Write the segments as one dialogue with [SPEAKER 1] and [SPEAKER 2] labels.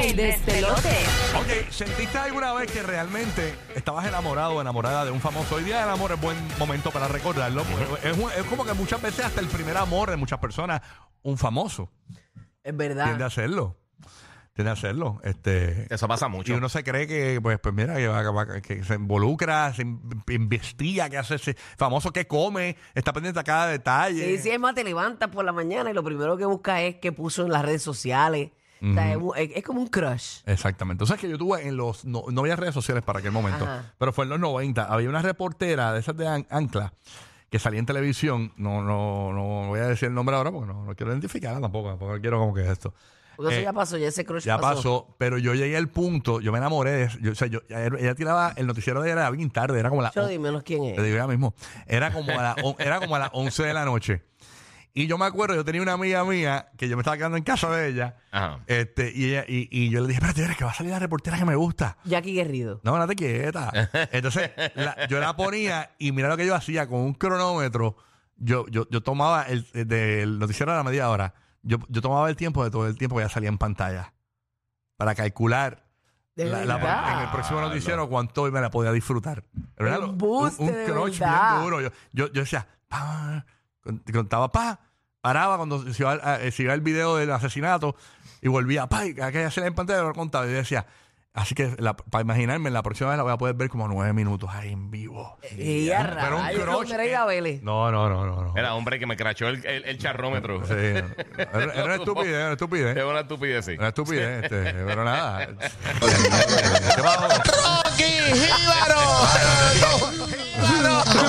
[SPEAKER 1] El despelote.
[SPEAKER 2] Ok, ¿sentiste alguna vez que realmente estabas enamorado o enamorada de un famoso? Hoy día el amor es buen momento para recordarlo. porque Es, un- es como que muchas veces hasta el primer amor de muchas personas, un famoso,
[SPEAKER 3] Es
[SPEAKER 2] tiende a
[SPEAKER 3] verdad.
[SPEAKER 2] hacerlo. Tiende a hacerlo. Este,
[SPEAKER 4] Eso pasa mucho.
[SPEAKER 2] y uno se cree que, pues, pues mira, que, va- va- que se involucra, se in- investiga, que hace ese famoso que come, está pendiente a cada detalle.
[SPEAKER 3] Y si es más, te levantas por la mañana y lo primero que buscas es qué puso en las redes sociales. O sea, es un- es, es como un crush.
[SPEAKER 2] Exactamente. O sea, que yo tuve en los. No, no había redes sociales para aquel momento,
[SPEAKER 3] Ajá.
[SPEAKER 2] pero fue en los 90. Había una reportera de esas de An- Ancla que salía en televisión. No, no, no voy a decir el nombre ahora porque no, no quiero identificarla tampoco. Porque no quiero como que esto.
[SPEAKER 3] Porque
[SPEAKER 2] Eh,
[SPEAKER 3] eso ya pasó, ya ese crush
[SPEAKER 2] Ya
[SPEAKER 3] pasó.
[SPEAKER 2] pasó, pero yo llegué al punto, yo me enamoré. de- yo- o sea, yo- ella, ella tiraba el noticiero de ella era bien tarde, era como la.
[SPEAKER 3] Yo dímenos quién es.
[SPEAKER 2] Te digo ya mismo. Era como a, la on- era como a las 11 de la noche. Y yo me acuerdo, yo tenía una amiga mía que yo me estaba quedando en casa de ella.
[SPEAKER 4] Ajá.
[SPEAKER 2] Este, y, ella y, y yo le dije, espérate, espérate, que va a salir la reportera que me gusta.
[SPEAKER 3] Jackie Guerrido.
[SPEAKER 2] No, te quieta. Entonces, la- yo la ponía y mira lo que yo hacía con un cronómetro. Yo, yo, yo tomaba el, el del noticiero de la media hora. Yo, yo tomaba el tiempo de todo el tiempo que ya salía en pantalla para calcular
[SPEAKER 3] De
[SPEAKER 2] la- la-
[SPEAKER 3] verdad.
[SPEAKER 2] en el próximo noticiero cuánto me la podía disfrutar. Era lo- un,
[SPEAKER 3] Embuste,
[SPEAKER 2] un
[SPEAKER 3] de
[SPEAKER 2] crunch
[SPEAKER 3] verdad.
[SPEAKER 2] bien duro. Yo, yo, yo decía, pa, cont- contaba pa, paraba cuando se iba, el- eh, se iba el video del asesinato y volvía, pa, y aquella se en pantalla lo contaba. Y yo decía, así que la- para imaginarme, la próxima vez la voy a poder ver como nueve minutos ahí en vivo.
[SPEAKER 3] Y Eh, a
[SPEAKER 2] Pero un
[SPEAKER 3] rayos,
[SPEAKER 2] crush,
[SPEAKER 3] Andrea
[SPEAKER 2] eh,
[SPEAKER 3] Gabele.
[SPEAKER 2] No, no, no, no. no.
[SPEAKER 4] Era hombre que me crachó el, el, el charrómetro.
[SPEAKER 2] Sí, era, era una estupidez, era una estupidez.
[SPEAKER 4] Es una estupidez, sí.
[SPEAKER 2] Una estupidez, este, pero nada. ¿Qué pasó?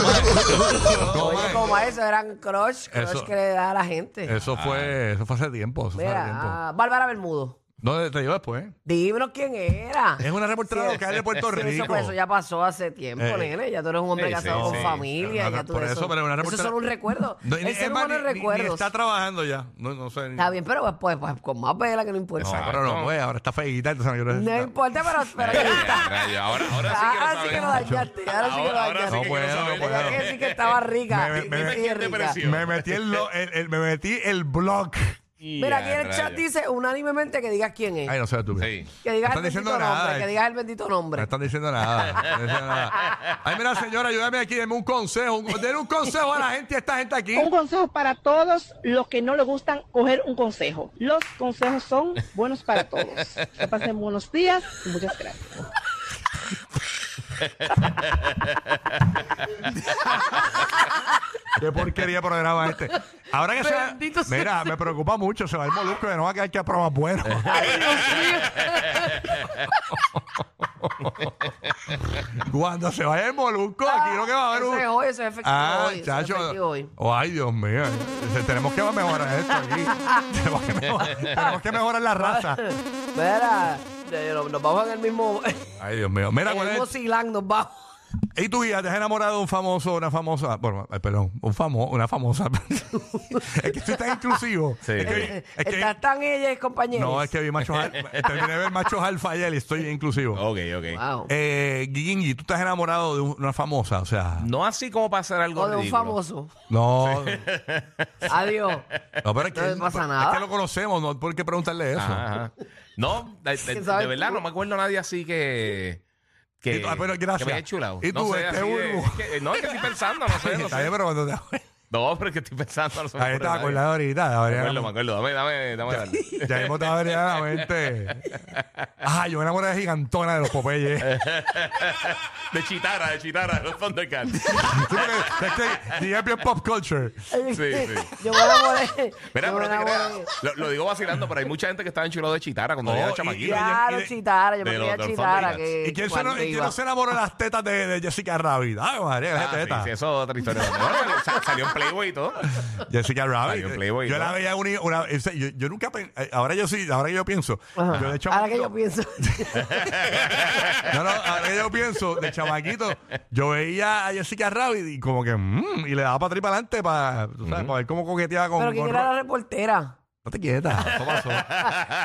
[SPEAKER 3] Oye,
[SPEAKER 2] Toma,
[SPEAKER 3] como eso eran crush, crush
[SPEAKER 2] Eso-
[SPEAKER 3] que le da a la gente.
[SPEAKER 2] Eso fue, eso fue hace tiempo. Eso fue hace tiempo.
[SPEAKER 3] Mira, ah, Bárbara Bermudo.
[SPEAKER 2] No, te digo después.
[SPEAKER 3] Dímenos quién era.
[SPEAKER 2] Es una reportera
[SPEAKER 3] Sí,
[SPEAKER 2] local de Puerto
[SPEAKER 3] Sí,
[SPEAKER 2] Rico.
[SPEAKER 3] Eso, pues, eso ya pasó hace tiempo,
[SPEAKER 2] Eh,
[SPEAKER 3] nene. Ya tú eres un hombre
[SPEAKER 4] eh,
[SPEAKER 3] casado
[SPEAKER 4] sí,
[SPEAKER 3] con
[SPEAKER 4] sí.
[SPEAKER 3] familia.
[SPEAKER 2] Pero,
[SPEAKER 3] ya tú
[SPEAKER 2] por
[SPEAKER 3] eso,
[SPEAKER 2] eso, pero una
[SPEAKER 3] eso es
[SPEAKER 2] reportera-
[SPEAKER 3] solo un recuerdo.
[SPEAKER 2] No, ni-
[SPEAKER 3] el ser
[SPEAKER 2] es más,
[SPEAKER 3] humano es
[SPEAKER 2] ni- ni- ni
[SPEAKER 3] recuerdos.
[SPEAKER 2] está trabajando ya. No, no sé. ni-
[SPEAKER 3] Está bien, pero pues, pues, con más vela que no importa.
[SPEAKER 2] No, pero no, pues, ahora está feita. Entonces, no quiero-
[SPEAKER 3] No importa, pero, pero
[SPEAKER 4] Ay, ay, ay, ahora, ahora sí quiero
[SPEAKER 3] ahora sí que lo
[SPEAKER 4] saber.
[SPEAKER 3] dañaste. Ahora sí que lo
[SPEAKER 4] Ahora- ahora sí
[SPEAKER 3] dañaste.
[SPEAKER 2] No
[SPEAKER 4] que
[SPEAKER 2] puedo,
[SPEAKER 4] quiero
[SPEAKER 2] no
[SPEAKER 4] saber.
[SPEAKER 2] puedo.
[SPEAKER 3] Tenía que decir que estaba rica.
[SPEAKER 2] Me- me-
[SPEAKER 3] Sí,
[SPEAKER 2] me-
[SPEAKER 3] sí,
[SPEAKER 4] ¿quién te
[SPEAKER 3] rica.
[SPEAKER 4] pareció?
[SPEAKER 2] me metí en lo- el, el- me metí el blog.
[SPEAKER 3] Mira, aquí en el chat dice unánimemente que digas quién es.
[SPEAKER 2] Ay, no sé tú.
[SPEAKER 4] Sí.
[SPEAKER 3] Que digas
[SPEAKER 2] No
[SPEAKER 3] el
[SPEAKER 2] están diciendo
[SPEAKER 3] bendito nombre.
[SPEAKER 2] nada.
[SPEAKER 3] Que digas el bendito
[SPEAKER 2] No
[SPEAKER 3] nombre.
[SPEAKER 2] están diciendo nada. no están diciendo nada. Ay, mira, señora, ayúdame aquí, denme un consejo. un- Denle un consejo a la gente, a esta gente aquí.
[SPEAKER 5] Un consejo para todos los que no le gustan coger un consejo. Los consejos son buenos para todos. Que pasen buenos días y muchas gracias.
[SPEAKER 2] Qué porquería de programa este. Ahora que sea.
[SPEAKER 3] Bendito sea
[SPEAKER 2] Mira, me preocupa mucho. Se va el molusco que no va a quedar que probar bueno. Cuando se vaya el molusco, aquí lo que va a haber
[SPEAKER 3] Eso
[SPEAKER 2] un.
[SPEAKER 3] es hoy, eso es efectivo
[SPEAKER 2] Ah,
[SPEAKER 3] hoy. eso es
[SPEAKER 2] chacho.
[SPEAKER 3] efectivo hoy.
[SPEAKER 2] Oh, ay, Dios mío. Dice, Tenemos que mejorar esto aquí. Tenemos que mejorar, tenemos que mejorar la raza.
[SPEAKER 3] Mira, eh, nos nos vamos en el mismo. En
[SPEAKER 2] Ay, Dios mío. Mira,
[SPEAKER 3] el
[SPEAKER 2] ¿cuál
[SPEAKER 3] mismo
[SPEAKER 2] es?
[SPEAKER 3] silán nos vamos.
[SPEAKER 2] ¿Y tú guía? ¿Te has enamorado de un famoso, una famosa? Bueno, ay, perdón, un famoso, una famosa. es que estoy tan inclusivo.
[SPEAKER 4] Sí.
[SPEAKER 3] Eh,
[SPEAKER 2] Es que, es que-
[SPEAKER 3] Estás tan ella y compañeros.
[SPEAKER 2] No, es que vi machos al- terminé de ver machos alfa ayer y estoy inclusivo.
[SPEAKER 4] Ok, ok.
[SPEAKER 3] Wow.
[SPEAKER 2] Eh, Guillingui, tú estás enamorado de un- una famosa, o sea.
[SPEAKER 4] No así como para hacer algo
[SPEAKER 3] o de un
[SPEAKER 4] ridículo.
[SPEAKER 3] famoso.
[SPEAKER 2] No,
[SPEAKER 3] Adiós.
[SPEAKER 2] no, pero es que,
[SPEAKER 3] No le pasa
[SPEAKER 2] es
[SPEAKER 3] nada.
[SPEAKER 2] que lo conocemos, no por qué preguntarle eso.
[SPEAKER 4] Ajá, ajá. No, de, de-
[SPEAKER 3] ¿Qué
[SPEAKER 4] de
[SPEAKER 3] sabes
[SPEAKER 4] verdad
[SPEAKER 3] tú?
[SPEAKER 4] no me acuerdo a nadie así que. Que,
[SPEAKER 2] Y tú- ah, pero gracias.
[SPEAKER 4] que me haya chulado.
[SPEAKER 2] Y
[SPEAKER 4] no
[SPEAKER 2] tú,
[SPEAKER 4] sé,
[SPEAKER 2] este
[SPEAKER 4] así de-
[SPEAKER 2] Urbu.
[SPEAKER 4] es que- no, es que estoy pensando, no sé. No,
[SPEAKER 2] Está bien,
[SPEAKER 4] sé.
[SPEAKER 2] pero cuando te-
[SPEAKER 4] no pero es que estoy pensando. No se me
[SPEAKER 2] Ahí
[SPEAKER 4] ocurre
[SPEAKER 2] estaba
[SPEAKER 4] nadie.
[SPEAKER 2] acordado ahorita.
[SPEAKER 4] Me
[SPEAKER 2] ahora
[SPEAKER 4] acuerdo, me acuerdo. Dame, dame, dame. dale.
[SPEAKER 2] ya- Ya hemos estado abriendo la mente. Ah, yo me enamoré de gigantona de los Popeyes.
[SPEAKER 4] De chitara, de chitara, de los Thundercats.
[SPEAKER 2] Sí, porque es que Guillén es bien pop culture.
[SPEAKER 3] Sí,
[SPEAKER 4] sí.
[SPEAKER 3] Yo me enamoré.
[SPEAKER 4] Mira,
[SPEAKER 3] yo me
[SPEAKER 4] pero no te
[SPEAKER 3] enamoré.
[SPEAKER 4] creas. Lo, lo digo vacilando, pero hay mucha gente que estaba enchulado de chitara cuando
[SPEAKER 2] Oh,
[SPEAKER 4] era
[SPEAKER 2] y-
[SPEAKER 4] chamaquito.
[SPEAKER 2] y de-
[SPEAKER 3] Claro, Chitara. Yo me
[SPEAKER 4] de los
[SPEAKER 3] quería
[SPEAKER 4] Dolphin
[SPEAKER 3] Chitara.
[SPEAKER 4] Rats.
[SPEAKER 3] Que,
[SPEAKER 2] ¿Y quién, se
[SPEAKER 3] cuando
[SPEAKER 2] no, y quién
[SPEAKER 3] iba.
[SPEAKER 2] no se enamoró de las tetas de, de Jessica Rabbit? Ay, María, las
[SPEAKER 4] Ah, sí,
[SPEAKER 2] tetas.
[SPEAKER 4] sí, eso es otra historia. Bueno, sa- salió en Playboy y todo.
[SPEAKER 2] Jessica Rabbit.
[SPEAKER 4] Salió en Playboy,
[SPEAKER 2] yo
[SPEAKER 4] ¿no?
[SPEAKER 2] la veía una, una- o sea, yo, yo nunca pen- eh, ahora yo sí, ahora que yo pienso,
[SPEAKER 3] Ajá.
[SPEAKER 2] yo de
[SPEAKER 3] Ahora que
[SPEAKER 2] chamaquito,
[SPEAKER 3] yo pienso.
[SPEAKER 2] no, no, ahora que yo pienso de chamaquito, yo veía a Jessica Rabbit y como que mm, y le daba para atrás y para adelante para, tú sabes, para ver cómo coqueteaba con,
[SPEAKER 3] Pero ¿quién
[SPEAKER 2] con
[SPEAKER 3] era
[SPEAKER 2] Ro-
[SPEAKER 3] la reportera?
[SPEAKER 2] No te quietas, eso pasó.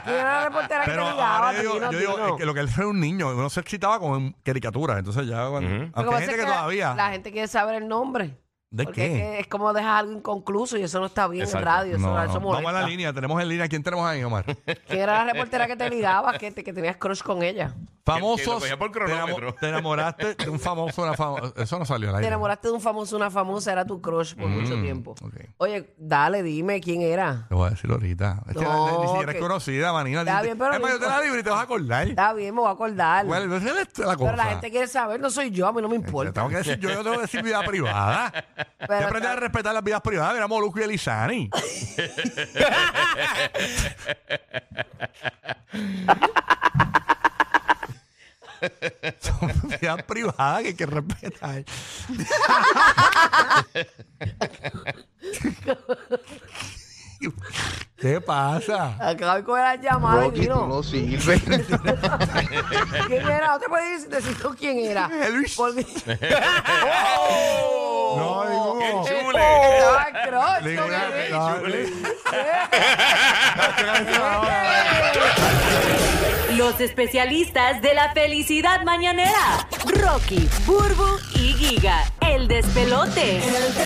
[SPEAKER 3] ¿Quién era la reportera que te
[SPEAKER 2] Pero
[SPEAKER 3] ligaba?
[SPEAKER 2] ahora yo digo,
[SPEAKER 3] Tino,
[SPEAKER 2] yo digo,
[SPEAKER 3] Tino?
[SPEAKER 2] es que lo que él fue un niño, uno se excitaba con caricaturas, entonces ya cuando-
[SPEAKER 4] Ujú.
[SPEAKER 3] Lo que
[SPEAKER 2] aunque
[SPEAKER 3] pasa
[SPEAKER 2] hay gente
[SPEAKER 3] es
[SPEAKER 2] que,
[SPEAKER 3] la-
[SPEAKER 2] todavía
[SPEAKER 3] La gente quiere saber el nombre.
[SPEAKER 2] ¿De
[SPEAKER 3] Porque es,
[SPEAKER 2] qué?
[SPEAKER 3] que es como dejar algo inconcluso y eso no está bien
[SPEAKER 4] Exacto.
[SPEAKER 3] en radio. Eso,
[SPEAKER 2] No,
[SPEAKER 3] eso
[SPEAKER 2] no. Vamos a la
[SPEAKER 3] molesta.
[SPEAKER 2] línea, tenemos en línea. ¿Quién tenemos ahí, Omar?
[SPEAKER 3] ¿Quién era la reportera que te ligaba? Que, te- que tenías crush con ella.
[SPEAKER 2] Famosos.
[SPEAKER 4] cogía por
[SPEAKER 2] te enamo-
[SPEAKER 4] cronómetro.
[SPEAKER 2] Te enamoraste de un famoso, una famo- Eso no salió al aire.
[SPEAKER 3] Te enamoraste de un famoso, una famosa, era tu crush por mucho tiempo.
[SPEAKER 2] ok.
[SPEAKER 3] Oye, dale, dime quién era.
[SPEAKER 2] Te voy a decir ahorita. Es que
[SPEAKER 3] No,
[SPEAKER 2] la- ni siquiera
[SPEAKER 3] que-
[SPEAKER 2] es conocida, manina.
[SPEAKER 3] Está
[SPEAKER 2] Ni-
[SPEAKER 3] bien, pero
[SPEAKER 2] Es más, yo te la libro y te vas a acordar.
[SPEAKER 3] Está bien, me voy a acordar.
[SPEAKER 2] Bueno, esa es la cosa.
[SPEAKER 3] pero la gente quiere saber, no soy yo, a mí no me
[SPEAKER 2] Te
[SPEAKER 3] importa.
[SPEAKER 2] tengo que decir, yo, yo tengo que decir vida privada. Te
[SPEAKER 3] Pero
[SPEAKER 2] aprendes a
[SPEAKER 3] está-
[SPEAKER 2] respetar las vidas privadas. Mira, Molusco y Elizani. Son vidas privadas que hay que respetar. ¿Qué pasa?
[SPEAKER 3] Acabo de coger la llamada y
[SPEAKER 1] Rocky, tú
[SPEAKER 3] vino.
[SPEAKER 1] no sirves.
[SPEAKER 3] ¿Quién era? No te puedes decir tú quién era.
[SPEAKER 2] Elvis.
[SPEAKER 3] Por-
[SPEAKER 2] No, digo.
[SPEAKER 4] ¡Qué chule!
[SPEAKER 3] Estaba en crush
[SPEAKER 2] Le-
[SPEAKER 3] con
[SPEAKER 2] le-
[SPEAKER 3] Elvis.
[SPEAKER 6] Los especialistas de la felicidad mañanera. Rocky, Burbu y Giga. El despelote.